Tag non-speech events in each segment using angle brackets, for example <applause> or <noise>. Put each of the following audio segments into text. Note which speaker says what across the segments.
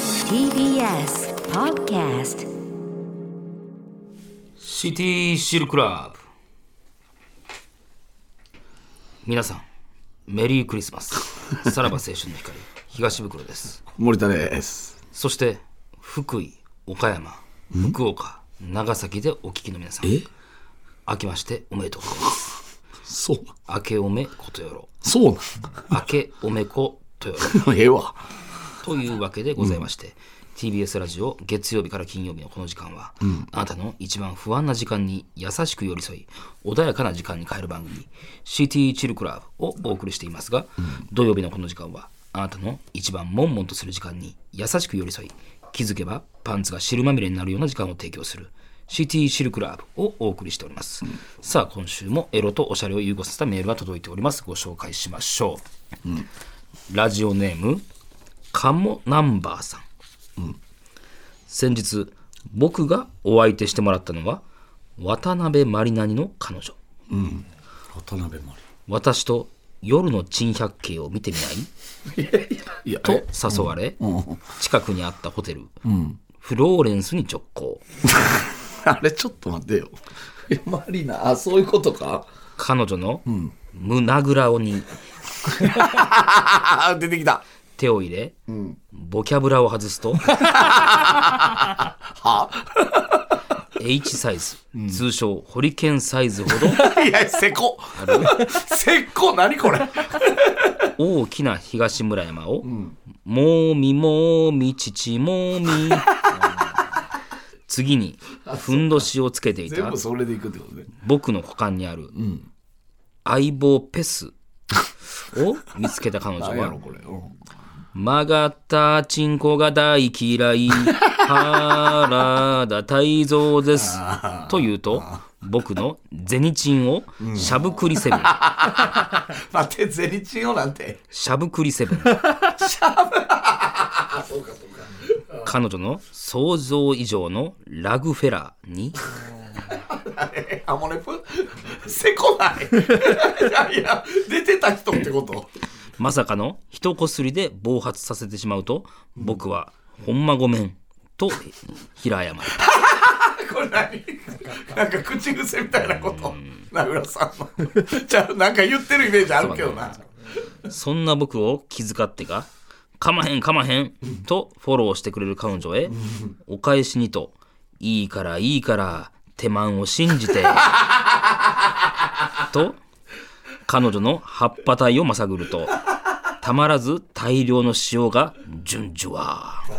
Speaker 1: TBS Podcast
Speaker 2: シティシルクラブ皆さんメリークリスマ <laughs> スさらば青春の光東袋です
Speaker 3: 森田です。
Speaker 2: そして福井岡山福岡長崎でお聞きの皆さん明けましておめでとうございます
Speaker 3: そうなん。
Speaker 2: 明けおめことよろ
Speaker 3: そうな
Speaker 2: 明
Speaker 3: ん。
Speaker 2: けおめことよろ
Speaker 3: <laughs> ええわ。
Speaker 2: というわけでございまして、TBS ラジオ月曜日から金曜日のこの時間は、あなたの一番不安な時間に優しく寄り添い穏やかな時間に変える番組「シティチルクラブ」をお送りしていますが、土曜日のこの時間はあなたの一番悶々とする時間に優しく寄り添い気づけばパンツが汁まみれになるような時間を提供する「シティシルクラブ」をお送りしております、さあ今週もエロとおしゃれを融合させたメールが届いておりますご紹介しましょうラジオネームカモナンバーさん、先日僕がお相手してもらったのは渡辺マリナニの彼女
Speaker 3: 渡辺も
Speaker 2: 私と夜の珍百景を見てみない
Speaker 3: いや、
Speaker 2: と
Speaker 3: え
Speaker 2: 誘われ、近くにあったホテル、フローレンスに直行
Speaker 3: あれちょっと待ってよ。え、マリナ、あ、そういうことか
Speaker 2: 彼女の胸ぐらをに
Speaker 3: あ、出てきた。
Speaker 2: 手を入れ、ボキャブラを外す
Speaker 3: <laughs>
Speaker 2: と H サイズ、通称ホリケンサイズほど
Speaker 3: <laughs> いや、せ <laughs> こ。せっこ、何これ。 <laughs>
Speaker 2: 大きな東村山を、もみもみ父もみ次にふんどしをつけてい
Speaker 3: 全
Speaker 2: た
Speaker 3: 部それでいくってことね。
Speaker 2: 僕の股間にある相棒ペスを見つけた彼女
Speaker 3: 何やろ、
Speaker 2: は
Speaker 3: これ。うん
Speaker 2: 曲がったチンコが大嫌い原田泰造ですというと僕の銭チンをしゃぶくりセブン、
Speaker 3: 待って、ゼリチンをなんて。 <laughs>
Speaker 2: しゃぶくりセブン。彼女の想像以上のラグフェラーに
Speaker 3: え、ハモネプせこない。 <laughs> いやいや、出てた人ってこと
Speaker 2: まさかの一こすりで暴発させてしまうと僕は「ほんまごめん」と平謝る
Speaker 3: これ何なんか口癖みたいなこと。名倉さんの。じゃあ、なんか言ってるイメージあるけどな。
Speaker 2: そんな僕を気遣ってか「かまへんかまへん」とフォローしてくれる彼女へお返しにと「いいからいいから手満を信じて」と彼女の葉っぱ体をまさぐるとたまらず大量の塩がジュンジュワー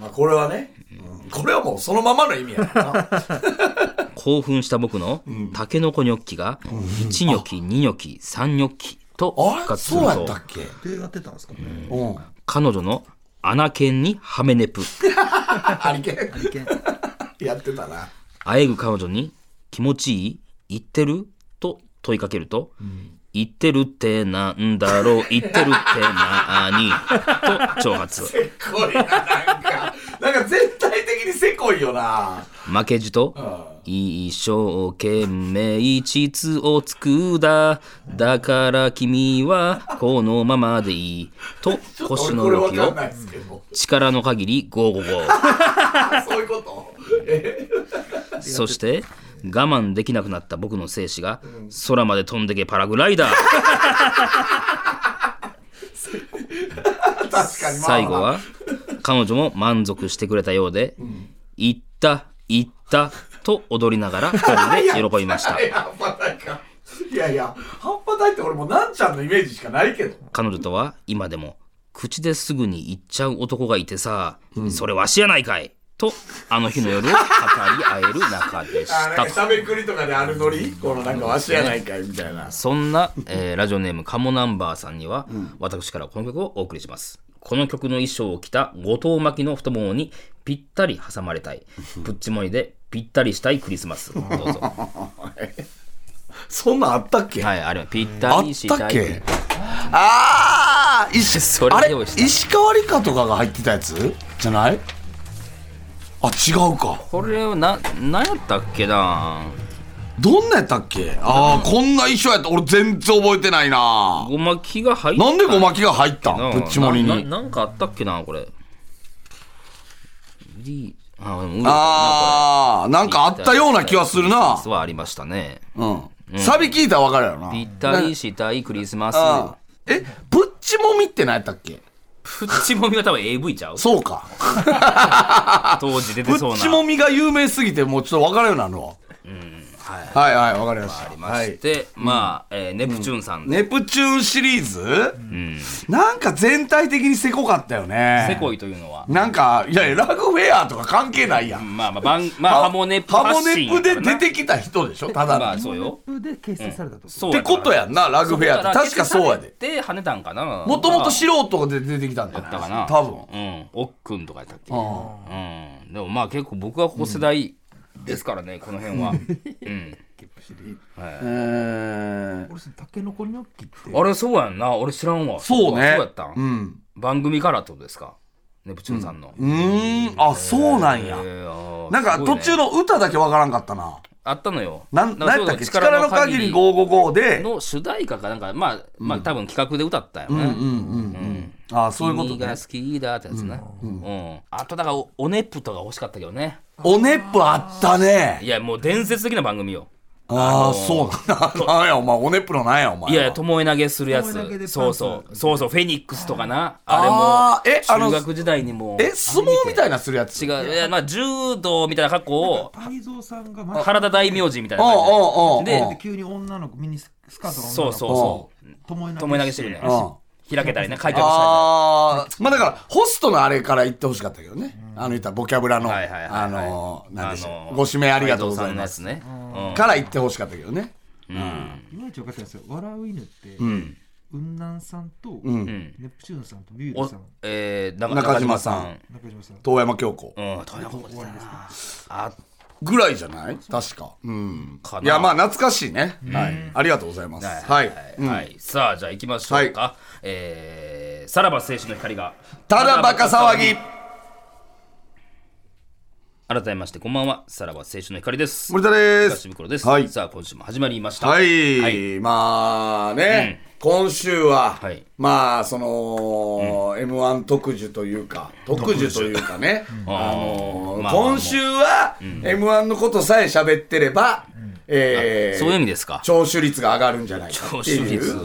Speaker 3: まあ、これはね、これはもうそのままの意味や <laughs> からな。
Speaker 2: 興奮した僕のタケノコニョッキが1ニョキ2ニョキ3ニョッキと復
Speaker 3: あれ
Speaker 2: 活する
Speaker 3: そうやっ
Speaker 2: と
Speaker 3: たっけ
Speaker 4: やってたんですかね。
Speaker 3: うん。
Speaker 2: 彼女の穴犬にハメネプ
Speaker 3: ハリケーン。 <laughs> やってたな。
Speaker 2: あえぐ彼女に「気持ちいい言ってる?」と問いかけると「言ってるってなんだ
Speaker 3: <laughs>
Speaker 2: ろう言ってるってなーに」と挑発
Speaker 3: <laughs> せっこいな、なんか。なんか全体的にせこいよな。
Speaker 2: 負けじと「一生懸命膣をつくだだから君はこのままでいい」
Speaker 3: <laughs>
Speaker 2: と腰
Speaker 3: 俺
Speaker 2: の
Speaker 3: これ
Speaker 2: 動
Speaker 3: わ
Speaker 2: き
Speaker 3: かん
Speaker 2: を
Speaker 3: ないですけど。
Speaker 2: 力の限りゴー
Speaker 3: <laughs>
Speaker 2: ゴーゴー。
Speaker 3: あそういうことえ
Speaker 2: そして我慢できなくなった僕の精子が空まで飛んでけパラグライダー
Speaker 3: 確かにまあ。
Speaker 2: 最後は彼女も満足してくれたようで「行った行った」と踊りながら二人で喜びました
Speaker 3: いや、半端ないか。いやいや、半端ないって俺もうなんちゃんのイメージしかないけど。
Speaker 2: 彼女とは今でも口ですぐに行っちゃう男がいてさ、それわしやないかいとあの日の夜を語り合える仲でし
Speaker 3: あな
Speaker 2: た
Speaker 3: んか
Speaker 2: と
Speaker 3: しゃべくりとかであるノリこのなんかわしやないかいみたいな。
Speaker 2: そんな、えーラジオネームカモナンバーさんには、私からこの曲をお送りします。この曲の衣装を着た後藤真希の太ももにぴったり挟まれたい。プッチモニでぴったりしたいクリスマス。どうぞ。は
Speaker 3: そんなんあったっけ
Speaker 2: い、あれはぴったりしたい。
Speaker 3: ああ
Speaker 2: <laughs>
Speaker 3: 石
Speaker 2: それ
Speaker 3: あれ
Speaker 2: 用意した
Speaker 3: 石川理香とかが入ってたやつじゃないあ違うか
Speaker 2: これはな、なんやったっけな
Speaker 3: どんなやったっけああ、こんな衣装やった。俺全然覚えてないな。
Speaker 2: ごまきが入った
Speaker 3: なんでごまきが入った
Speaker 2: なん
Speaker 3: プッチモリ
Speaker 2: な
Speaker 3: に。
Speaker 2: ななんかあったっけなこれウリあでもウリ
Speaker 3: ああ、なんかあったような気はするな。
Speaker 2: そうはありましたね
Speaker 3: うん。サビ聞いたらわかるやろな。
Speaker 2: ぴったりしたいクリスマス
Speaker 3: あーえ、プッチモミって何やったっけ
Speaker 2: プッチモミは多分 AV ちゃう
Speaker 3: そうか。
Speaker 2: 当時出て
Speaker 3: プ
Speaker 2: そう
Speaker 3: ッ
Speaker 2: な
Speaker 3: チモミが有名すぎて、もうちょっとわからんようになるわ。はいはい、わかりました。
Speaker 2: ま
Speaker 3: はい
Speaker 2: して、まあ、えーネプチューンさんで、
Speaker 3: ネプチューンシリーズ、なんか全体的にせこかったよね。
Speaker 2: セコイというのは、
Speaker 3: なんか、いやいや、ラグフェアとか関係ないやん。
Speaker 2: まあまあ、バンまあ、ハモネプ
Speaker 3: ハモ
Speaker 2: 発信や
Speaker 3: ネ
Speaker 2: か
Speaker 3: プ
Speaker 2: ら
Speaker 3: で
Speaker 2: な
Speaker 3: 出てきた人でしょただの。
Speaker 2: まあ、
Speaker 3: っ
Speaker 2: そうよ。
Speaker 4: で結成されたと、
Speaker 2: そう
Speaker 3: てことやんな、ラグフェアって。確かそうやで。
Speaker 2: で、跳ねたんかな。
Speaker 3: もともと
Speaker 2: 知
Speaker 3: 素人が出てきたんじゃない
Speaker 2: ったかな。
Speaker 3: 多分。
Speaker 2: うん。おっくんとかやったっけ。うん。でもまあ、結構僕はここ世代ですからね、この辺
Speaker 3: <laughs>
Speaker 2: は。うん。
Speaker 3: えー
Speaker 4: 俺それタケノコニョッキって
Speaker 2: あれ、そうやんな。俺知らんわ。
Speaker 3: そうね。
Speaker 2: そうやったん
Speaker 3: うん。
Speaker 2: 番組からってことですか。ネプチューンさんの。
Speaker 3: うーん、あ、そうなんや。
Speaker 2: えーあー
Speaker 3: なんか
Speaker 2: すごい
Speaker 3: 途
Speaker 2: ね
Speaker 3: 中の歌だけわからんかったな。
Speaker 2: あったのよ。
Speaker 3: なん、
Speaker 2: だか
Speaker 3: な
Speaker 2: ら
Speaker 3: んやったっけ
Speaker 2: そうそう
Speaker 3: 力の限り555で、
Speaker 2: の主題歌かなんかまあまあ多分企画で歌ったよね、うんうん
Speaker 3: あーそういうこと
Speaker 2: 君
Speaker 3: ね
Speaker 2: が。好きだってやつね、うんあとだからおおねっぷとか欲しかったけどね
Speaker 3: おねっぷあったね。
Speaker 2: いやもう伝説的な番組よ
Speaker 3: ああ、そう <laughs> なんだ。なんや、お前、おねっぷのなんや、お前は。
Speaker 2: いやいや巴投げするや
Speaker 4: 巴投げでパン
Speaker 2: つ
Speaker 4: ツ
Speaker 2: そうそうそうそうフェニックスとかなあ
Speaker 3: あー
Speaker 2: れも
Speaker 3: えあの
Speaker 2: 中学時代にもう
Speaker 3: え、相撲みたいなするやつ
Speaker 2: 違ういやまあ柔道みたいな格好を
Speaker 4: 泰造さんがま
Speaker 2: 原田大名人みたいな
Speaker 3: おう
Speaker 2: 感
Speaker 3: おうおう
Speaker 2: で
Speaker 3: おう
Speaker 4: で急に女の子ミニスカートの女の子
Speaker 2: そうそうそ
Speaker 4: 巴
Speaker 2: じ巴投げしてるね
Speaker 3: うん
Speaker 2: 開けたりね開脚した
Speaker 3: あーまあだからホストのあれから言ってほしかったけどね、あの言ったらボキャブラの、
Speaker 2: りねはいはいはいはい
Speaker 3: あのーなんでしょう、
Speaker 2: あのー
Speaker 3: ご指名ありがとうございます、
Speaker 2: 泰造さんのやつね、うん
Speaker 3: から言ってほしかったけどね、
Speaker 4: いまいち分かってないですよ笑う犬って、
Speaker 3: うん
Speaker 4: 雲南さんと、
Speaker 3: ん
Speaker 4: ネプチューンさんとビューリ
Speaker 2: お
Speaker 4: ーさん
Speaker 2: えー、中
Speaker 3: 中島さん
Speaker 4: 中島さん
Speaker 3: 遠山京子
Speaker 2: うん、どういうことですかあ
Speaker 3: ぐらいじゃない確か、うん、
Speaker 2: かない
Speaker 3: やまあ懐かしいね、はい、ありがとうございますはい、うん
Speaker 2: はい、さあ、じゃあ行きましょうか。えー、さらば青春の光が。
Speaker 3: ただバカ騒ぎ
Speaker 2: 改めまして、こんばんは。さらば青春の光です。
Speaker 3: 森田で
Speaker 2: 東
Speaker 3: す
Speaker 2: 袋です。
Speaker 3: はい
Speaker 2: さあ、今週も始まりました。
Speaker 3: はい、
Speaker 2: はい
Speaker 3: まあね、今週は、
Speaker 2: はい
Speaker 3: まあその、m 1特需というか特需というかね、あの
Speaker 2: うんまあ
Speaker 3: 今週は、m 1のことさえ喋ってれば、えー
Speaker 2: そういう意味ですか。
Speaker 3: 聴取率が上がるんじゃないか
Speaker 2: 聴
Speaker 3: ってい
Speaker 2: 取
Speaker 3: う
Speaker 2: 率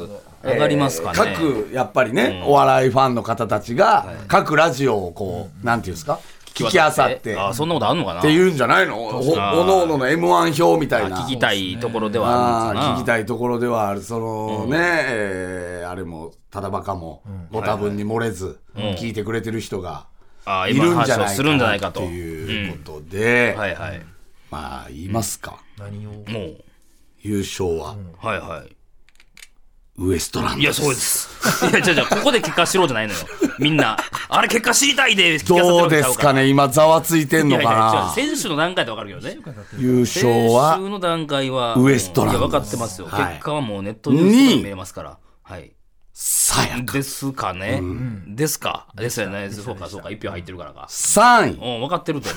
Speaker 2: 上がりますかね。
Speaker 3: えー各やっぱりね、お笑いファンの方たちが、各ラジオをこう、なんていうんですか聞きあさって
Speaker 2: あ、そんなことあんのかな
Speaker 3: っていうんじゃないのおおのおのの m 1表みたいな
Speaker 2: 聞きたいところではあ
Speaker 3: あ
Speaker 2: るのか
Speaker 3: あ
Speaker 2: な。
Speaker 3: 聞きたいところではあるそのね、えーあれもただバカもご多分に漏れず聞いてくれてる人が
Speaker 2: あー
Speaker 3: い
Speaker 2: 今
Speaker 3: る
Speaker 2: の
Speaker 3: んじゃ
Speaker 2: 話を
Speaker 3: ない
Speaker 2: するんじゃない
Speaker 3: か
Speaker 2: か
Speaker 3: なっ
Speaker 2: と。
Speaker 3: ていうことで、
Speaker 2: はいはい。
Speaker 3: まあ言いますか、
Speaker 4: 何を
Speaker 2: もう、
Speaker 3: 優勝は
Speaker 2: はいはい。
Speaker 3: ウエストランド
Speaker 2: いや、そうです。いや、じゃじゃここで結果知ろうじゃないのよ。みんな。あれ、結果知りたいで、聞かさせる
Speaker 3: ど
Speaker 2: わ
Speaker 3: う
Speaker 2: け
Speaker 3: で
Speaker 2: ちゃ
Speaker 3: す
Speaker 2: う
Speaker 3: かね今ざわついてん
Speaker 2: い
Speaker 3: の
Speaker 2: や
Speaker 3: か
Speaker 2: いや、
Speaker 3: な
Speaker 2: 違う選手の段階で分かるけどね。
Speaker 3: 優勝
Speaker 2: 選手
Speaker 3: は
Speaker 2: の段階は、
Speaker 3: ウエストランド
Speaker 2: いや、分かってますよ。
Speaker 3: はい
Speaker 2: 結果はもうネットニュースとかで見れますから。はい。
Speaker 3: さや
Speaker 2: ですかね。ですか。ですよね。そうか、そうか。一票入ってるからか。う
Speaker 3: 3位
Speaker 2: ん、分かってると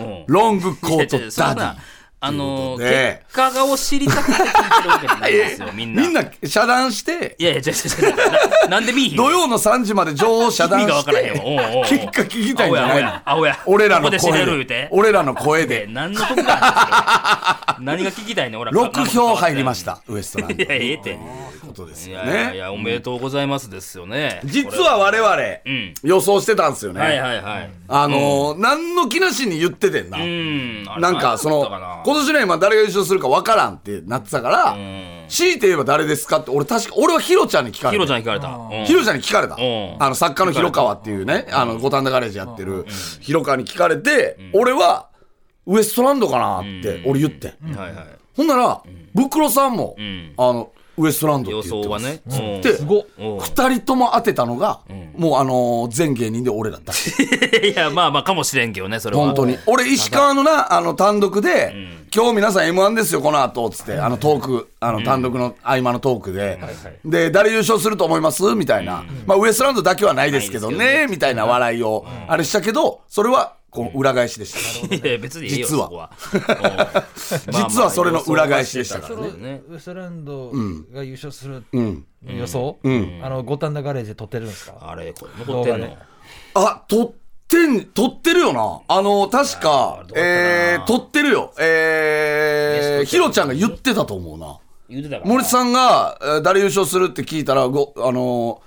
Speaker 2: 思う。うん。
Speaker 3: <laughs> ロングコート
Speaker 2: いやいやそ
Speaker 3: ダ
Speaker 2: ん
Speaker 3: ディ
Speaker 2: なあの
Speaker 3: ということ
Speaker 2: ー
Speaker 3: で、
Speaker 2: 結果を知りたくて聞いてるわけじゃないですよ、みんな。
Speaker 3: みんな遮断して
Speaker 2: いやいや、違う違う違うな。なんで見いひんの
Speaker 3: 土曜の3時まで女王遮断
Speaker 2: 意味が
Speaker 3: し
Speaker 2: 分からへ
Speaker 3: て
Speaker 2: んわおうおうおう
Speaker 3: 結果聞きたいんじゃな
Speaker 2: 青
Speaker 3: いの
Speaker 2: や青や
Speaker 3: 俺ら
Speaker 2: こ
Speaker 3: の
Speaker 2: こで知れる言
Speaker 3: 声
Speaker 2: う
Speaker 3: で
Speaker 2: て。
Speaker 3: 俺らの声で。
Speaker 2: 何の得があるんですか何が聞きたいねん俺ら
Speaker 3: 6票入りました、ウエストランド。
Speaker 2: いやええって
Speaker 3: ということです
Speaker 2: い
Speaker 3: よ
Speaker 2: やいやい
Speaker 3: ね。
Speaker 2: やおめでとうございますですよね
Speaker 3: 実は我々
Speaker 2: ん、
Speaker 3: 予想してたんですよ
Speaker 2: はい
Speaker 3: ね。
Speaker 2: はいはい
Speaker 3: あのー、何の気なしに言っててんな
Speaker 2: う。んあれ
Speaker 3: なんか、その、
Speaker 2: 何だったか
Speaker 3: 今年の今誰が優勝するか分からんってなってたから、強いて言えば誰ですかって、俺確か、俺はヒロちゃんに聞か
Speaker 2: なヒ
Speaker 3: れ
Speaker 2: ロちゃん
Speaker 3: た。
Speaker 2: 聞かれたうん
Speaker 3: ヒロちゃんに聞かれた。
Speaker 2: ん
Speaker 3: あの、作家の広川っていうね、あの、五反田ガレージやってる広川に聞かれて、俺は、ウエストランドかなって、俺言ってん。
Speaker 2: はいはい
Speaker 3: ほんなら、ブクロさんも、あの、ウエストランド
Speaker 2: 予
Speaker 3: って言
Speaker 2: 想
Speaker 3: ってま
Speaker 2: は
Speaker 3: す。
Speaker 2: ねうん
Speaker 3: で、
Speaker 2: うん
Speaker 3: 二人とも当てたのが、もうあのー全芸人で俺らだ
Speaker 2: <laughs>
Speaker 3: け。
Speaker 2: いやまあまあかもしれんけどねそれは
Speaker 3: 本当に。俺、石川のな、あの、単独で、今日皆さん M1 ですよ、この後、つって、あの、トーク、あの、単独の合間のトークで、で、誰優勝すると思いますみたいな。まあ、ウエストランドだけはないですけど
Speaker 2: ないですけ
Speaker 3: ね、みたいな笑いを、あれしたけど、それは、こう裏返しでした。
Speaker 2: いや別にいいよ
Speaker 3: 実は
Speaker 2: そこはうんまあまあ
Speaker 3: <laughs> 実はそれの裏返しでしたか
Speaker 2: そ
Speaker 3: ら
Speaker 2: うだ
Speaker 3: ね
Speaker 2: よ。ね
Speaker 5: ウエストランドが優勝する
Speaker 3: うん。
Speaker 5: 予想、あの五反田ガレージで撮ってるんですか、
Speaker 2: あれこれ残ってんの
Speaker 5: 動画ね
Speaker 3: あ、撮ってん、撮ってるよな。あの、確
Speaker 2: どうだった
Speaker 3: か、
Speaker 2: かな
Speaker 3: えー、撮ってるよ。えー、
Speaker 2: ゲスト
Speaker 3: ヒロちゃんが言ってたと思うな。
Speaker 2: 言うてたから
Speaker 3: 森さんが、えー誰優勝するって聞いたら、ご、あのー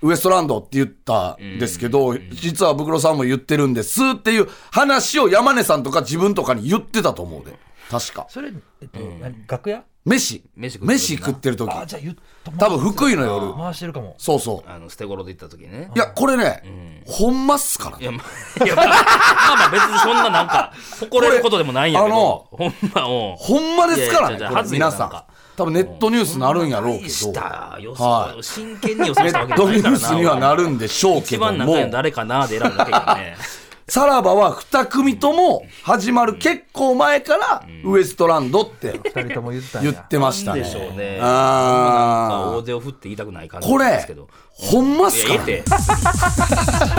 Speaker 3: ウエストランドって言ったんですけど、実はブクロさんも言ってるんですっていう話を山根さんとか自分とかに言ってたと思うで。確か。
Speaker 5: それ、えっと何楽屋
Speaker 3: 飯。
Speaker 2: 飯食ってる時な
Speaker 3: 飯食ってる時。
Speaker 5: あじゃあ言った
Speaker 3: 多分福井の夜。
Speaker 5: 回してるかも
Speaker 3: そうそう。
Speaker 2: あの捨て頃で行った時ね
Speaker 3: いや、これね、ほんまっすから
Speaker 2: い。やまあいやまあまあまあ別にそんななんか誇れることでもないんやけど
Speaker 3: こ
Speaker 2: ほんまもう
Speaker 3: ほんまですから
Speaker 2: いやいや
Speaker 3: ね、
Speaker 2: じゃあ
Speaker 3: これ
Speaker 2: 恥ずいな
Speaker 3: 皆さ
Speaker 2: なんか
Speaker 3: ん。多分ネットニュースなるんやろうけ
Speaker 2: 大
Speaker 3: ど
Speaker 2: し、た予
Speaker 3: は
Speaker 2: 想
Speaker 3: い
Speaker 2: 真剣に予想
Speaker 3: ネ
Speaker 2: したわけ
Speaker 3: ッ
Speaker 2: じゃ
Speaker 3: ト
Speaker 2: な
Speaker 3: ニ
Speaker 2: い
Speaker 3: ュ
Speaker 2: か
Speaker 3: ー
Speaker 2: ら
Speaker 3: ス
Speaker 2: な
Speaker 3: にはなるんでしょうけ
Speaker 2: 一
Speaker 3: ど
Speaker 2: 番仲良いの
Speaker 3: も、
Speaker 2: 誰かなで選ぶだけが
Speaker 3: <laughs>
Speaker 2: ね
Speaker 3: さらばは2組とも始まる結構前から、ウエストランドって
Speaker 5: 二人とも言ってたん
Speaker 3: 言
Speaker 5: や
Speaker 3: ってました
Speaker 2: でしょう
Speaker 3: ね。
Speaker 2: ね
Speaker 3: あ
Speaker 2: 大
Speaker 3: ー
Speaker 2: 手を振って言いたくない感じ
Speaker 3: こ
Speaker 2: なんで
Speaker 3: れ
Speaker 2: すけど、
Speaker 3: ほんまっ
Speaker 2: い
Speaker 3: す
Speaker 2: や、え
Speaker 3: か
Speaker 2: え
Speaker 3: ら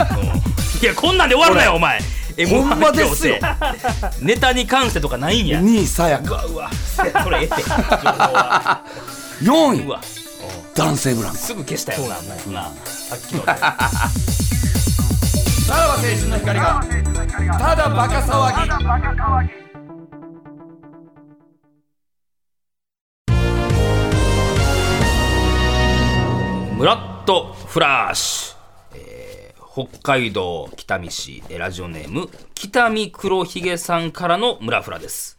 Speaker 2: て
Speaker 3: ね。。
Speaker 2: いや、こんなんで終わるなよ、お前。え
Speaker 3: ほんまですよ。
Speaker 2: もう発表せネタに関してとかないんや。
Speaker 3: 2位さやか、
Speaker 2: うわ、これええって。情報は
Speaker 3: 4
Speaker 2: う
Speaker 3: 位
Speaker 2: わ、
Speaker 3: 男性ブランコ。
Speaker 2: すぐ消したよな、もうな。さっきので。 <laughs>
Speaker 3: さらば青春の光が、ただバカ騒ぎ。
Speaker 2: ムラッとフラッシュ、えー北海道北見市えーラジオネーム北見黒ひげさんからのムラフラです、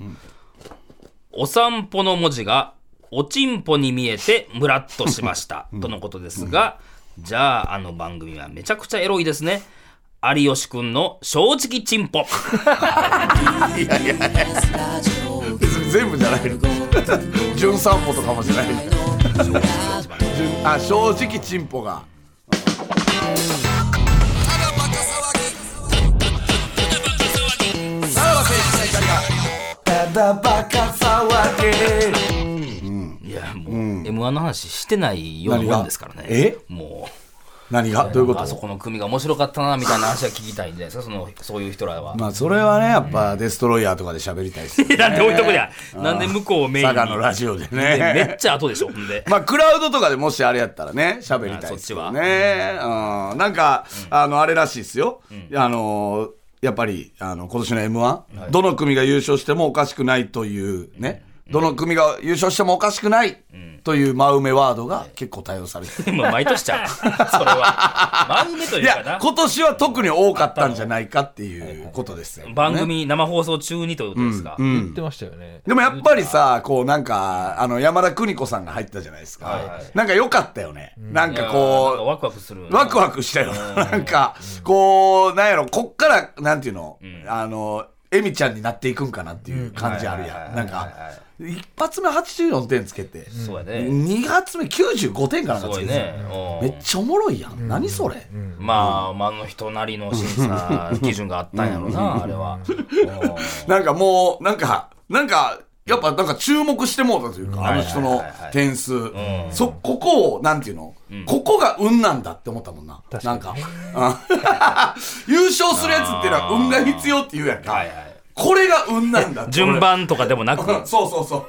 Speaker 2: お散歩の文字がおちんぽに見えてムラッとしま <laughs> した、とのことですが、じゃああの番組はめちゃくちゃエロいですね有吉くんの正直ちんぽ
Speaker 3: 全部じゃない。 <laughs> 純散歩とかもしれない。純あ、正直チンポが。
Speaker 2: <laughs> いやもう、m 1の話してないようなもんですからね
Speaker 3: 何がえ
Speaker 2: もう
Speaker 3: 何がどういうこ
Speaker 2: あそ
Speaker 3: と
Speaker 2: この組が面白かったなみたいな話は聞きたいんじゃないですかそのそういう人らは。
Speaker 3: まあそれはねやっぱデストロイヤーとかで喋りたいですよ
Speaker 2: なんで置いとくじゃん。なんで向こうをメインに。
Speaker 3: 佐賀のラジオでね
Speaker 2: でめっちゃ後でしょ、ほんで。
Speaker 3: <laughs> まあクラウドとかでもしあれやったらね喋りたいですよねうんなんか、あのあれらしいですよ、あのやっぱりあの今年の m 1、どの組が優勝してもおかしくないというね、どの組が優勝してもおかしくないという真埋めワードが結構対応されて <laughs> る、
Speaker 2: でも毎年ちゃう。それは。番組とい
Speaker 3: いう
Speaker 2: か
Speaker 3: や
Speaker 2: な。
Speaker 3: 今年は特に多かったんじゃないかっていうことですよ、ね、
Speaker 2: 番組生放送中にということですか。
Speaker 5: 言ってましたよね、
Speaker 3: でもやっぱりさ、こうなんか、あの、山田邦子さんが入ったじゃないですか。なんか良かったよね。なんか
Speaker 2: いやなんか
Speaker 3: こ
Speaker 2: ワクワクする。
Speaker 3: う、ワクワクしたよ。なんか、こう、なんやろ、こっから、なんていうの、あの、エミちゃんになっていくんかなっていう感じあるやん。なんか、一発目84点つけて、
Speaker 2: そうやね。
Speaker 3: 二発目95点かなん
Speaker 2: す
Speaker 3: か
Speaker 2: ご
Speaker 3: つ
Speaker 2: い
Speaker 3: けて
Speaker 2: ね。
Speaker 3: た。
Speaker 2: う
Speaker 3: め
Speaker 2: ん
Speaker 3: っちゃおもろいやん。何それ。
Speaker 2: まあ、まああの人なりの審査基準があったんやろな、あれは。
Speaker 3: なんかもう、なんか、なんか、やっぱなんか注目してもうたというか、あの人の点数。そ、ここを、なんていうの、ここが運なんだって思ったもんな。なんか。うん <laughs> 優勝するやつっていうのは運が必要って言うやんか。
Speaker 2: はいはい
Speaker 3: これが運なんだって。
Speaker 2: 順番とかでもなく。
Speaker 3: 俺。 <laughs> そうそ
Speaker 2: <laughs>
Speaker 3: うそう。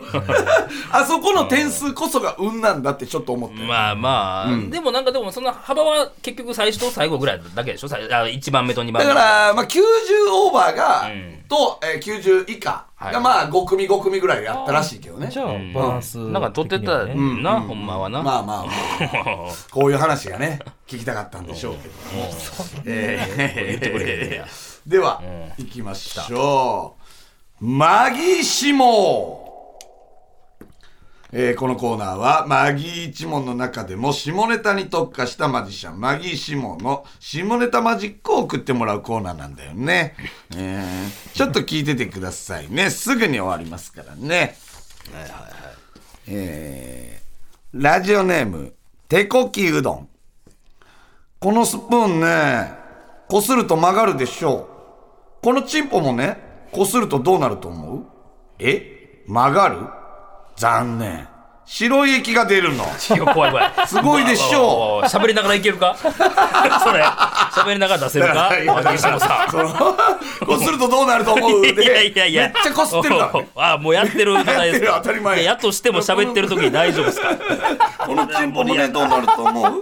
Speaker 3: あそこの点数こそが運なんだってちょっと思って。
Speaker 2: まあまあ、でもなんかでもその幅は結局最初と最後ぐらいだけでしょ最あ ?1 番目と2番
Speaker 3: だ
Speaker 2: 目。
Speaker 3: から、まあ、90オーバーが、
Speaker 2: ん
Speaker 3: と、えー、90以下
Speaker 2: は
Speaker 3: が、
Speaker 2: い
Speaker 3: まあ、5組5組ぐらいやったらしいけどね。
Speaker 5: じゃあ、バランス的にはね、
Speaker 2: なんか撮ってたな、ほんまはな。
Speaker 3: まあまあまあ、こういう話がね、聞きたかったんでしょうけども。え
Speaker 2: 言ってくれや
Speaker 3: ーでは、行きましょう。マギーシモえーこのコーナーは、マギー一問の中でも下ネタに特化したマジシャン、マギーシモの下ネタマジックを送ってもらうコーナーなんだよね。えーちょっと聞いててくださいね。すぐに終わりますからね。えーラジオネーム、手こきうどん。このスプーンね、こすると曲がるでしょう。このチンポもね、こするとどうなると思うえ曲がる残念。白い液が出るの。
Speaker 2: いや怖い怖い。
Speaker 3: すごいでしょ
Speaker 2: う。喋りながらいけるか <laughs> それ。喋りながら出せるか
Speaker 3: いやいや
Speaker 2: 私もさ。 <laughs>
Speaker 3: こするとどうなると思う
Speaker 2: い
Speaker 3: で。
Speaker 2: やいやいや。
Speaker 3: めっちゃこすってるからね。
Speaker 2: あ、もうやってるじゃないです
Speaker 3: や
Speaker 2: か。
Speaker 3: ってる当たり前
Speaker 2: いややとしても喋ってる時に大丈夫ですか
Speaker 3: このチンポ胸どうなると思う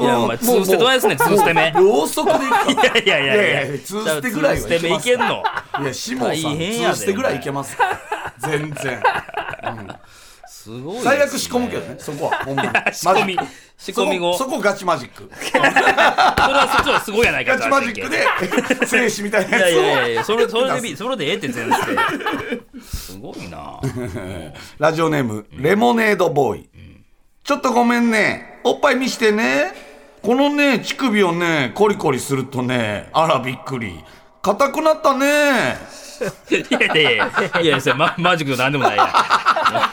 Speaker 2: いやお前通してどないすねん通して目
Speaker 3: もうろうそくでいくから
Speaker 2: いやいやいやいや。
Speaker 3: 通してぐらい
Speaker 2: 通
Speaker 3: は
Speaker 2: してめ
Speaker 3: いけ
Speaker 2: い
Speaker 3: ます
Speaker 2: けんの。
Speaker 3: いやシモンさん
Speaker 2: 大変やで
Speaker 3: 通してぐらいいけます
Speaker 2: <laughs>
Speaker 3: 全然
Speaker 2: すごい。
Speaker 3: 最悪仕込むけどねそこはほんまに
Speaker 2: <laughs> 仕込み
Speaker 3: マジ
Speaker 2: 仕込み後
Speaker 3: そこそこガチマジッ
Speaker 2: <laughs>
Speaker 3: ク
Speaker 2: それはそっちはすごいやないか
Speaker 3: ガチマジックで精子みたい
Speaker 2: い
Speaker 3: な
Speaker 2: やいや
Speaker 3: や
Speaker 2: いやいやそれそれでびそれでええって全然 <laughs> すごいな
Speaker 3: つをラジオネームレモネードボーイちょっとごめんねおっぱい見してねこのね乳首をねコリコリするとねあらびっくり硬くなったね
Speaker 2: いやいやいやいやそれママジックの何でもないや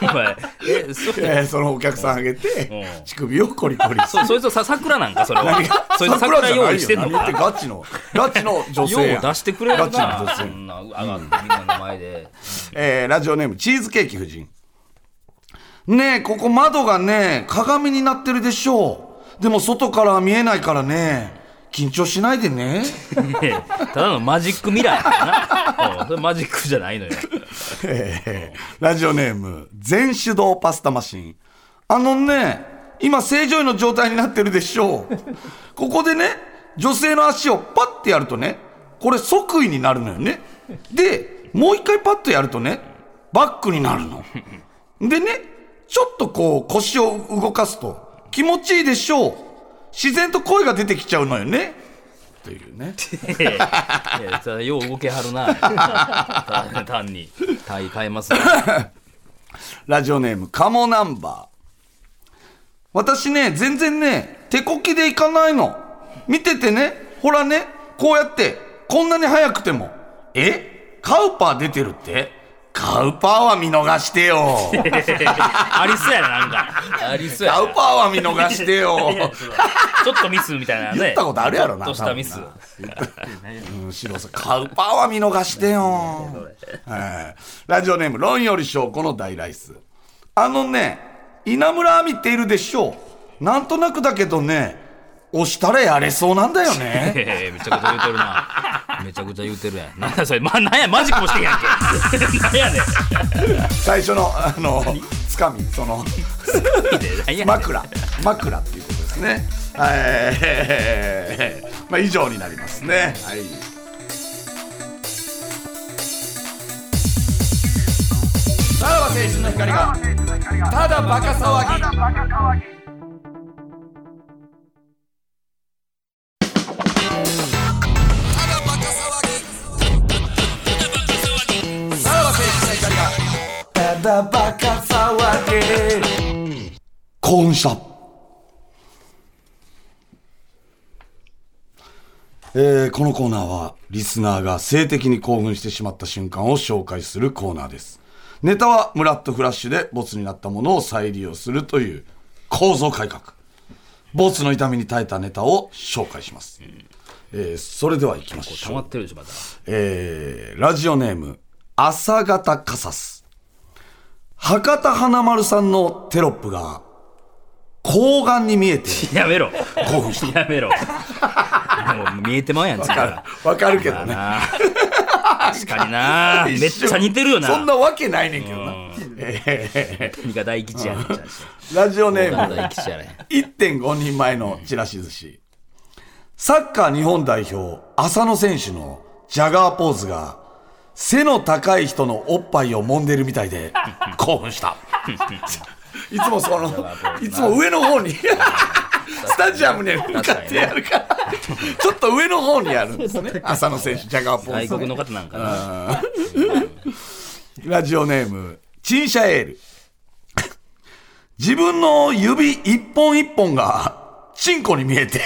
Speaker 2: お前えそ
Speaker 3: えーそのお客さんあげて
Speaker 2: うん
Speaker 3: 乳首をコリコリする
Speaker 2: そそいつはさ桜なんかそれは
Speaker 3: 何が
Speaker 2: そいつ桜用意してんの
Speaker 3: 何言っ
Speaker 2: か
Speaker 3: てガチのガチの女
Speaker 2: 用を
Speaker 3: 性やん
Speaker 2: 出してくれる
Speaker 3: ガチな
Speaker 2: な
Speaker 3: 女性
Speaker 2: そんな上がってみんなの前で
Speaker 3: えーラジオネームチーズケーキ夫人ねえここ窓がね鏡になってるでしょうでも外からは見えないからね緊張しないでね、
Speaker 2: ねえただのマジックミラーやからなうんそれマジックじゃないのよ
Speaker 3: えー <laughs> ラジオネーム全手動パスタマシンあのね今正常位の状態になってるでしょうここでね女性の足をパッてやるとねこれ即位になるのよねでもう一回パッとやるとねバックになるのでね、ちょっとこう腰を動かすと気持ちいいでしょう。自然と声が出てきちゃうのよね。というね。
Speaker 2: いやいやそれはよう動けはる <laughs> な単に体変えますね
Speaker 3: ラジオネーム、カモナンバー。私ね、全然ね、手こきでいかないの。見ててね、ほらね、こうやって、こんなに速くても。えカウパー出てるってカウパーは見逃し
Speaker 2: <laughs>
Speaker 3: てよ。
Speaker 2: ありそうやななんかありそうや
Speaker 3: カ
Speaker 2: な
Speaker 3: ウパーは見逃してよ。
Speaker 2: ちょっとミスみたいなね。
Speaker 3: 言ったことあるやろな
Speaker 2: ちょっとしたミス
Speaker 3: 多。分うん白さカウパーは見逃してよ、はいラジオネーム「論より証拠の大ライス」あのね稲村亜美っているでしょうなんとなくだけどね押したらやれそうなんだよね
Speaker 2: ええめちゃくちゃ言うてる
Speaker 3: <laughs>
Speaker 2: な。めちゃくちゃ言うてるやん。なんだそれ、 <laughs> ま、なんや、マジックもしてんやんけ。 <laughs> なんやね
Speaker 3: <laughs>
Speaker 2: ん。
Speaker 3: 最初のあのつかみその
Speaker 2: 何やねん
Speaker 3: 枕枕っていうことですねはいえーまあ以上になりますねはいさらば青春の光がただバカ騒ぎただバカ騒ぎ幸運したえーこのコーナーはリスナーが性的に興奮してしまった瞬間を紹介するコーナーですネタはムラッとフラッシュでボツになったものを再利用するという構造改革ボツの痛みに耐えたネタを紹介します、えーそれではいきましょ
Speaker 2: 溜
Speaker 3: う
Speaker 2: まってるでしょ、また。
Speaker 3: えーラジオネーム、朝方カサス。博多華丸さんのテロップが、睾丸に見えて、
Speaker 2: やめろ。
Speaker 3: 興奮し
Speaker 2: やめろ。もう見えてまうやん、次から。
Speaker 3: た。 <laughs> わかるけどね。
Speaker 2: なあ確かにな。めっちゃ似てるよな。
Speaker 3: そんなわけないねんけどな。
Speaker 2: 何が大吉やねん。じゃあ
Speaker 3: ラジオネ
Speaker 2: 何が
Speaker 3: ーム、
Speaker 2: 大吉やねん。
Speaker 3: 1.5人前のちらし寿司。サッカー日本代表、浅野選手のジャガーポーズが、背の高い人のおっぱいを揉んでるみたいで、興奮した。いつもその、いつも上の方に、スタジアムに向かってやるから、ちょっと上の方にやるんですね。浅野選手、ジャガーポー
Speaker 2: 外
Speaker 3: ズ。
Speaker 2: 国の方なんかな。
Speaker 3: ラジオネーム、チンシャエール。自分の指一本一本が、チンコに見えて、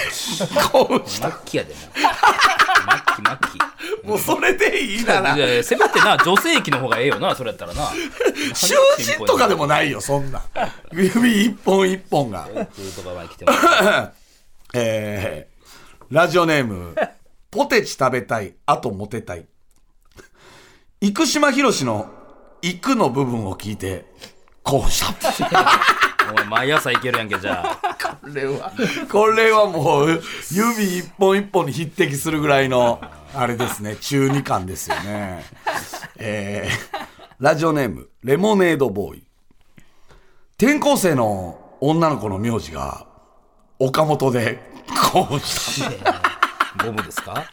Speaker 3: 興奮した。
Speaker 2: マッキーやでな。マッキー、マッキー。
Speaker 3: もうそれでいいなら
Speaker 2: い、やいやせめてな、女性器の方がええよな、それやったらな。
Speaker 3: <laughs> 囚人とかでもないよ、そんな。指一本一本が。
Speaker 2: っていうとこまで来てます。
Speaker 3: えーラジオネーム、ポテチ食べたい、あとモテたい。生島博士の、行くの部分を聞いて、興奮した。
Speaker 2: お前毎朝いけるやんけじゃあ
Speaker 3: これは、これはもう、指一本一本に匹敵するぐらいの、あれですね、中二感ですよね。えー、ラジオネーム、レモネードボーイ。転校生の女の子の名字が、岡本で、興奮した。
Speaker 2: ゴムですか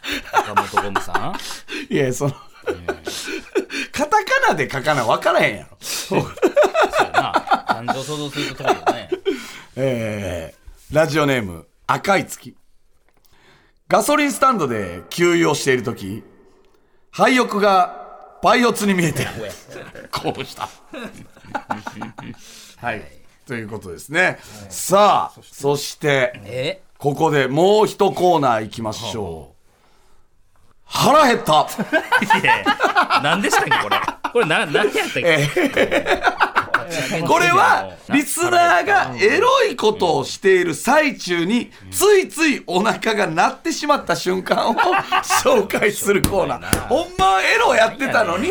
Speaker 2: 岡本ゴムさん
Speaker 3: いや、その、 <laughs> カタカナで書かな分からへんやろ。
Speaker 2: そうやな感情想像すると高いよね
Speaker 3: えーラジオネーム、赤い月。ガソリンスタンドで給油をしているとき、廃屋がパイオツに見えてる。 <laughs> こうした。はい。ということですね。さあ、そして、
Speaker 2: え
Speaker 3: ここでもう一コーナー行きましょう。腹減った。
Speaker 2: いやいや何でしたっけこれこれな何やったっけ
Speaker 3: これは、リスナーがエロいことをしている最中に、ついついお腹が鳴ってしまった瞬
Speaker 2: <laughs>
Speaker 3: 間を紹介するコーナー。ほんまはエロやってたのに、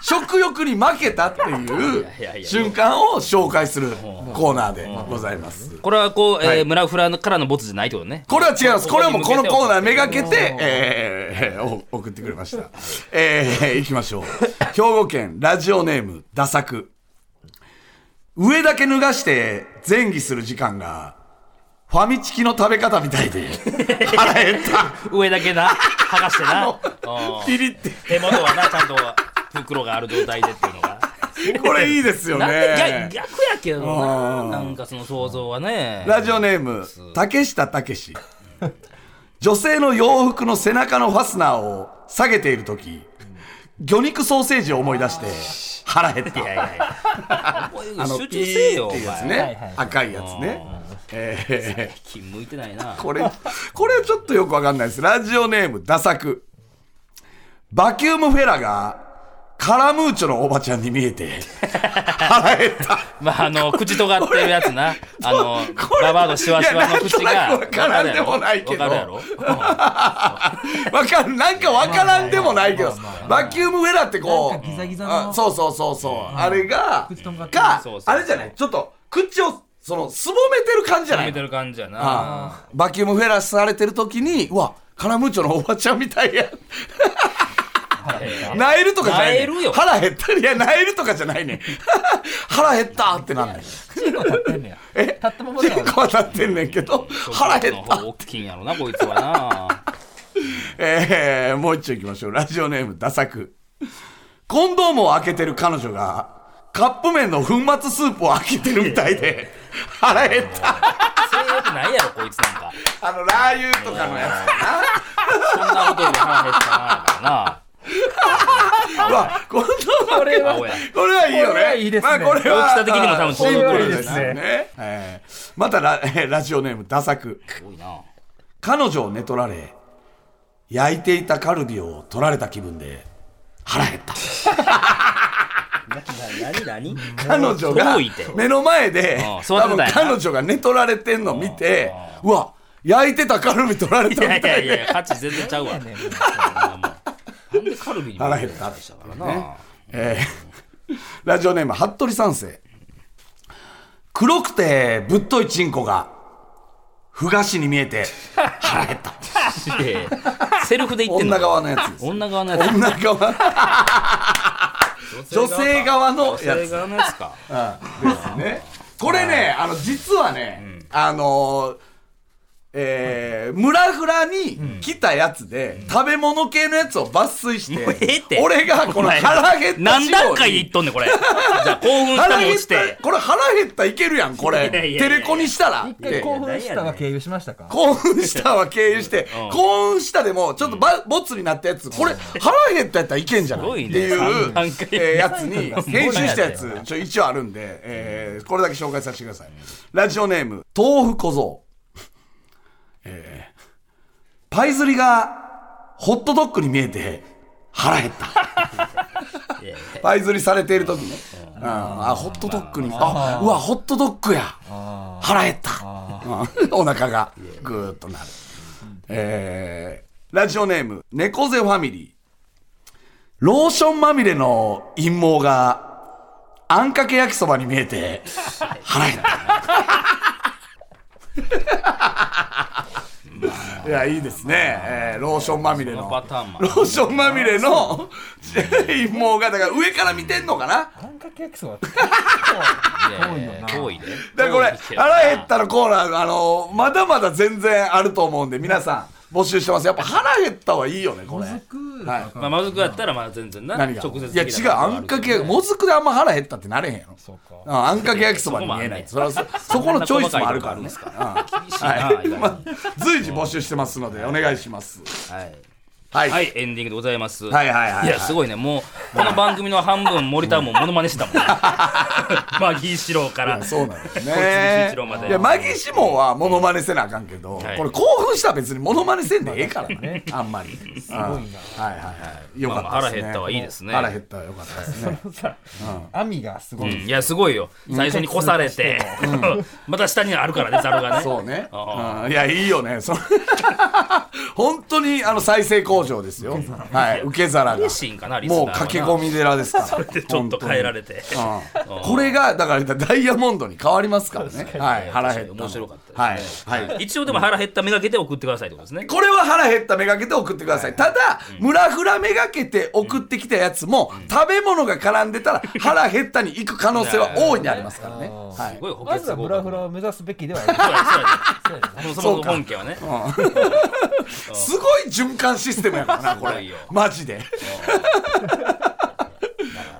Speaker 3: 食欲に負けたって
Speaker 2: いやい
Speaker 3: いう
Speaker 2: や
Speaker 3: 瞬間を紹介するコーナーでございます。
Speaker 2: これはこう、えー
Speaker 3: はい
Speaker 2: 村フラからのボツじゃないってことね
Speaker 3: これは違います。これはもうこのコーナーめがけ
Speaker 2: お
Speaker 3: て、えーお <laughs> 送ってくれました。えー、行きましょう。兵庫県ラジオネーム、ダサク。上だけ脱がして前儀する時間が、ファミチキの食べ方みた <laughs> いで、腹減った。
Speaker 2: 上だけな剥がしてなうん
Speaker 3: ピリって。
Speaker 2: 手元はなちゃんと袋がある状態でっていうのが。
Speaker 3: これいいですよ
Speaker 2: なんで逆
Speaker 3: ね
Speaker 2: 逆。やけどななんかその想像はね
Speaker 3: ラジオネーム、竹下武史。女性の洋服の背中のファスナーを下げているとき、魚肉ソーセージを思い出して、腹減った。
Speaker 2: いやいやいやこういうの集中せえよお
Speaker 3: っていうやつ
Speaker 2: 前
Speaker 3: ね、赤いやつね。え
Speaker 2: 気向いてないな
Speaker 3: ーこれ、これはちょっとよくわかんないです。ラジオネーム、ダサク。バキュームフェラが、カラムーチョのおばちゃんに見え
Speaker 2: <laughs>
Speaker 3: て、腹減った。
Speaker 2: まああの口尖ってるやつ
Speaker 3: <laughs>
Speaker 2: なあの
Speaker 3: れ
Speaker 2: ババアのシワシワの口が
Speaker 3: いやなんとなくわ
Speaker 2: わ
Speaker 3: からん
Speaker 2: やろ
Speaker 3: でもないけど
Speaker 2: わかるやろ
Speaker 3: <laughs> わかん、なんかわからんでもないけど、バキュームフェラってこ
Speaker 4: なん
Speaker 3: う、
Speaker 4: かギザギザ
Speaker 3: あ
Speaker 4: の
Speaker 3: そうそうそうそう、あれが
Speaker 4: 口とんがっ、てる
Speaker 3: か
Speaker 2: そうそう、そう
Speaker 3: あれじゃない、ちょっと、口を、その、すぼめてる感じじ
Speaker 2: 決
Speaker 3: ゃな
Speaker 2: め
Speaker 3: い
Speaker 2: てる感じやな
Speaker 3: ああバキュームフェラされてる時にうわカラムーチョのおばちゃんみたいやなえるとかじゃないねん
Speaker 2: 萎えるよ
Speaker 3: 腹減ったいやなえるとかじゃないねん <laughs> 腹減ったってなん
Speaker 2: <laughs>
Speaker 3: ない
Speaker 5: チンコ立ってんねや。え立ったままだ
Speaker 3: 結構当たってんねんけど腹減っ
Speaker 2: その
Speaker 3: た
Speaker 2: 方大きいんやろなこいつはな
Speaker 3: えー、もう一丁いきましょうラジオネームダサクコンドームを開けてる彼女がカップ麺の粉末スープを開けてるみたいで腹減った
Speaker 2: 性欲ないやろこいつなんか
Speaker 3: あのラー油とかのやつ
Speaker 2: そんなことより腹減ったなな
Speaker 3: うわ、このこれ
Speaker 2: は
Speaker 3: これはいいよね。
Speaker 5: これはいいですね
Speaker 3: まあこれは
Speaker 2: 大きさ的にも多分
Speaker 3: シンプルで
Speaker 5: こ
Speaker 3: す
Speaker 5: れはいいです
Speaker 3: ね。えーまたララジオネームダサく
Speaker 2: 多いな
Speaker 3: 彼女を寝取られ焼いていたカルビを取られた気分で腹減った。
Speaker 2: 何何
Speaker 3: 彼女が
Speaker 2: 遠いって
Speaker 3: 目の前で
Speaker 2: うん座
Speaker 3: 多
Speaker 2: ってたんや
Speaker 3: 分
Speaker 2: な
Speaker 3: 彼女が寝取られてんの見てうわ焼いてたカルビ取られた
Speaker 2: いや
Speaker 3: み
Speaker 2: い
Speaker 3: た
Speaker 2: や
Speaker 3: い
Speaker 2: いや
Speaker 3: で
Speaker 2: 価値全然ちゃうわそんなもんなんでカルビに
Speaker 3: 腹減ったって
Speaker 2: したからな
Speaker 3: えーラジオネーム、服部三世。黒くてぶっといチンコが、ふがしに見えて、腹減った。
Speaker 2: いやいやセルフで <laughs> 言ってんの
Speaker 3: 女側のやつです。
Speaker 2: 女側のやつ
Speaker 3: 女側。女性側のや
Speaker 2: 女性
Speaker 3: つ。
Speaker 2: 側のやつか
Speaker 3: ですね。これね、あの、実はね、あのー、えー、村フラに来たやつで、食べ物系のやつを抜粋し
Speaker 2: もうええ
Speaker 3: て、
Speaker 2: って
Speaker 3: 俺がこ
Speaker 2: お
Speaker 3: の
Speaker 2: 前
Speaker 3: 腹減った
Speaker 2: 何段階で
Speaker 3: に
Speaker 2: 言っとんねんこれじゃあ興奮した
Speaker 3: 腹
Speaker 2: も
Speaker 3: 減
Speaker 2: 落
Speaker 3: っ
Speaker 2: ちて
Speaker 3: た、これ腹減ったいけるやん、これ。
Speaker 2: いやいやいやいや
Speaker 3: テレコにしたら。
Speaker 5: 一回
Speaker 3: で
Speaker 5: 興奮したが経由しましたか
Speaker 3: 興奮したは経由して
Speaker 2: うん、
Speaker 3: 興奮したでも、ちょっとばボツになったやつ、これ、腹減ったやったらいけんじゃな
Speaker 2: すご
Speaker 3: い
Speaker 2: い
Speaker 3: っ
Speaker 2: ね
Speaker 3: ていう
Speaker 2: 三段階
Speaker 3: えーやつに、
Speaker 5: すごいね
Speaker 3: 編集したやつ、ちょ一応あるんで、えーこれだけ紹介させてください。ラジオネーム、豆腐小僧。えーパイ釣りが、ホットドッグに見えて、腹減った。
Speaker 2: いやいや
Speaker 3: パイ釣りされている時ね。うんあ、ホットドッグに。あ、うわ、ホットドッグや。腹減った。うん <laughs> お腹がぐーっとなる。えーラジオネーム、猫背ファミリー。ローションまみれの陰謀が、あんかけ焼きそばに見
Speaker 2: <laughs>
Speaker 3: えて、腹減った。いや、いいですね。えーローションまみれの。
Speaker 2: そのパターンもあ
Speaker 3: ロ
Speaker 2: る
Speaker 3: ーションまみれの、陰謀が、だから上から見てんのかな
Speaker 5: あんかけ焼きそばって
Speaker 2: 遠いよな遠いで
Speaker 3: だからこれ
Speaker 2: 遠いけ、ど
Speaker 3: 腹減ったのコーナー、あの、まだまだ全然あると思うんで、皆さん、募集してます。やっぱ腹減ったはいいよね、これ。はい
Speaker 2: まあまずくやったらまあ全然な
Speaker 3: 何が
Speaker 2: 直接的
Speaker 3: いや
Speaker 2: な
Speaker 3: 違うあんかけもずくであんま腹減ったってなれへんやろ
Speaker 5: そうか
Speaker 3: ああんかけ焼きそばに見えないそ,、そこのチョイスもあるからね
Speaker 2: そん
Speaker 3: うん
Speaker 2: しいな意外に
Speaker 3: <laughs> まあ随時募集してますのでお願いします
Speaker 2: はい
Speaker 3: はい、
Speaker 2: はいエンディングでございます
Speaker 3: はいはいはい
Speaker 2: やすごいねもうこの番組の半分森田もモノマネして
Speaker 3: <laughs>
Speaker 2: たもんねマギー四郎から
Speaker 3: そうなんです
Speaker 2: 小泉
Speaker 3: ね
Speaker 2: 進一郎まで
Speaker 3: いやマギーシモンはモノマネせなあかんけど、
Speaker 2: はい
Speaker 3: これ興奮したら別にモノマネせんでええからねあんまりすごいな、はいはいはいよ
Speaker 2: ま
Speaker 3: かったですね、
Speaker 2: あまあ腹減ったはいいですね
Speaker 3: 腹減ったはよかったですね
Speaker 2: <laughs>
Speaker 5: さ網がすご
Speaker 2: うん
Speaker 5: い
Speaker 2: いやすごいよ最初に越されてまた下にあるからねざるがね
Speaker 3: そうね。
Speaker 2: あ
Speaker 3: うんいや、 <laughs> いいよね。その本当にあの再生工場ですよ。はい、受け皿が
Speaker 2: 嬉。しいんかなリスナー
Speaker 3: もう
Speaker 2: はな
Speaker 3: 駆け込み寺ですから。
Speaker 2: でちょっと変えられて
Speaker 3: 本当に。うんこれがだからダイヤモンドに変わりますからね。はい、腹減ったの。
Speaker 2: 面白かったで
Speaker 3: はい、はい。
Speaker 2: 一応でも腹減った目がけて送ってくださいってことですね
Speaker 3: これは腹減っためがけて送ってください。ただ、村フラめがけて送ってきたやつも、食べ物が絡んでたら腹減ったに行く可能性は大いにありますからね。は
Speaker 2: す
Speaker 3: い。
Speaker 2: ごい補
Speaker 5: まず
Speaker 2: 欠合
Speaker 5: はブ
Speaker 2: 格
Speaker 5: ラフラを目指すべきでは
Speaker 2: そうや
Speaker 5: そうや
Speaker 2: そうやそもそも本家はね
Speaker 3: すごい循環システムやからな、こ
Speaker 2: すごい
Speaker 3: れ
Speaker 2: よ。
Speaker 3: マジで。
Speaker 2: だ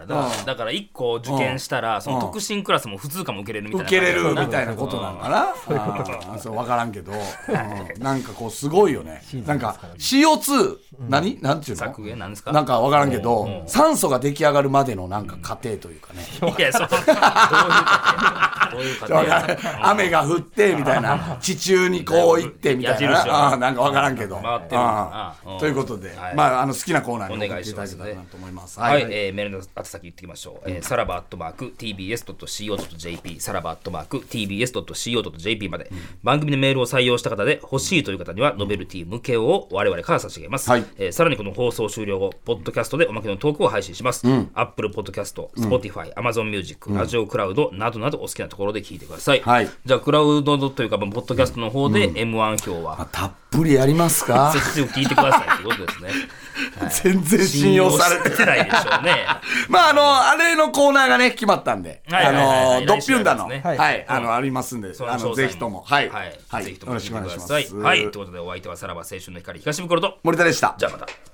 Speaker 2: からだから1個受験したらその特進クラスも普通科も受けれるみたい
Speaker 3: 受
Speaker 2: な
Speaker 3: けれるみたいなことなのかなあーそう分からんけど、うんなんかこうすごいよねなんか CO2 何なんていうの
Speaker 2: 削減なんですか
Speaker 3: なんか分からんけど酸素が出来上がるまでのなんか過程というかね
Speaker 2: いやそうどういう過程どういう過程
Speaker 3: わからん <laughs> 雨が降ってみたいな地中にこう行ってみたい
Speaker 2: 矢印を
Speaker 3: なあーなんか分からんけど
Speaker 2: 回ってるのかな
Speaker 3: うん
Speaker 2: うん
Speaker 3: ということで
Speaker 2: はい
Speaker 3: まああの好きなコーナーに
Speaker 2: お
Speaker 3: 送っ
Speaker 2: 願い
Speaker 3: て
Speaker 2: し
Speaker 3: い
Speaker 2: たま
Speaker 3: だ
Speaker 2: す
Speaker 3: け
Speaker 2: ね
Speaker 3: たらなと思います
Speaker 2: は、
Speaker 3: はいい
Speaker 2: えーメールの宛先言ってきましょう。えー、さらばアットマーク tbs.co.jp、さらばアットマーク tbs.co.jp まで、番組のメールを採用した方で欲しいという方には、ノベルティ向けを我々から差し上げます。
Speaker 3: はい
Speaker 2: えーさらにこの放送終了後、ポッドキャストでおまけのトークを配信します。アップルポッドキャスト、Spotify、Amazon Music、ラジオクラウドなどなどお好きなところで聞いてください。
Speaker 3: はい
Speaker 2: じゃあ、クラウドというか、まあポッドキャストの方で M1 票
Speaker 3: <laughs>
Speaker 2: は、
Speaker 3: たっぷりやりま
Speaker 2: <laughs>
Speaker 3: すか
Speaker 2: ぜひぜひ聞いてくださいということですね。
Speaker 3: 全然信用されて
Speaker 2: 信用してないでしょうね。
Speaker 3: まああの、あれのコーナーがね、決まったんで、
Speaker 2: はいは
Speaker 3: あ
Speaker 2: いはいはい
Speaker 3: の、ドッピュンダの、
Speaker 2: 来週で
Speaker 3: はい、
Speaker 2: すね
Speaker 3: あの、ありますんで、
Speaker 2: その詳
Speaker 3: あ
Speaker 2: 細
Speaker 3: の、
Speaker 2: も
Speaker 3: ぜひとも、はい、はい、
Speaker 2: ぜひと
Speaker 3: よ
Speaker 2: も
Speaker 3: ろしくお願いしま
Speaker 2: 聞いてくださ
Speaker 3: す。
Speaker 2: いはい、ということでお相手はさらば青春の光東袋と。
Speaker 3: 森田でした。
Speaker 2: じゃあまた。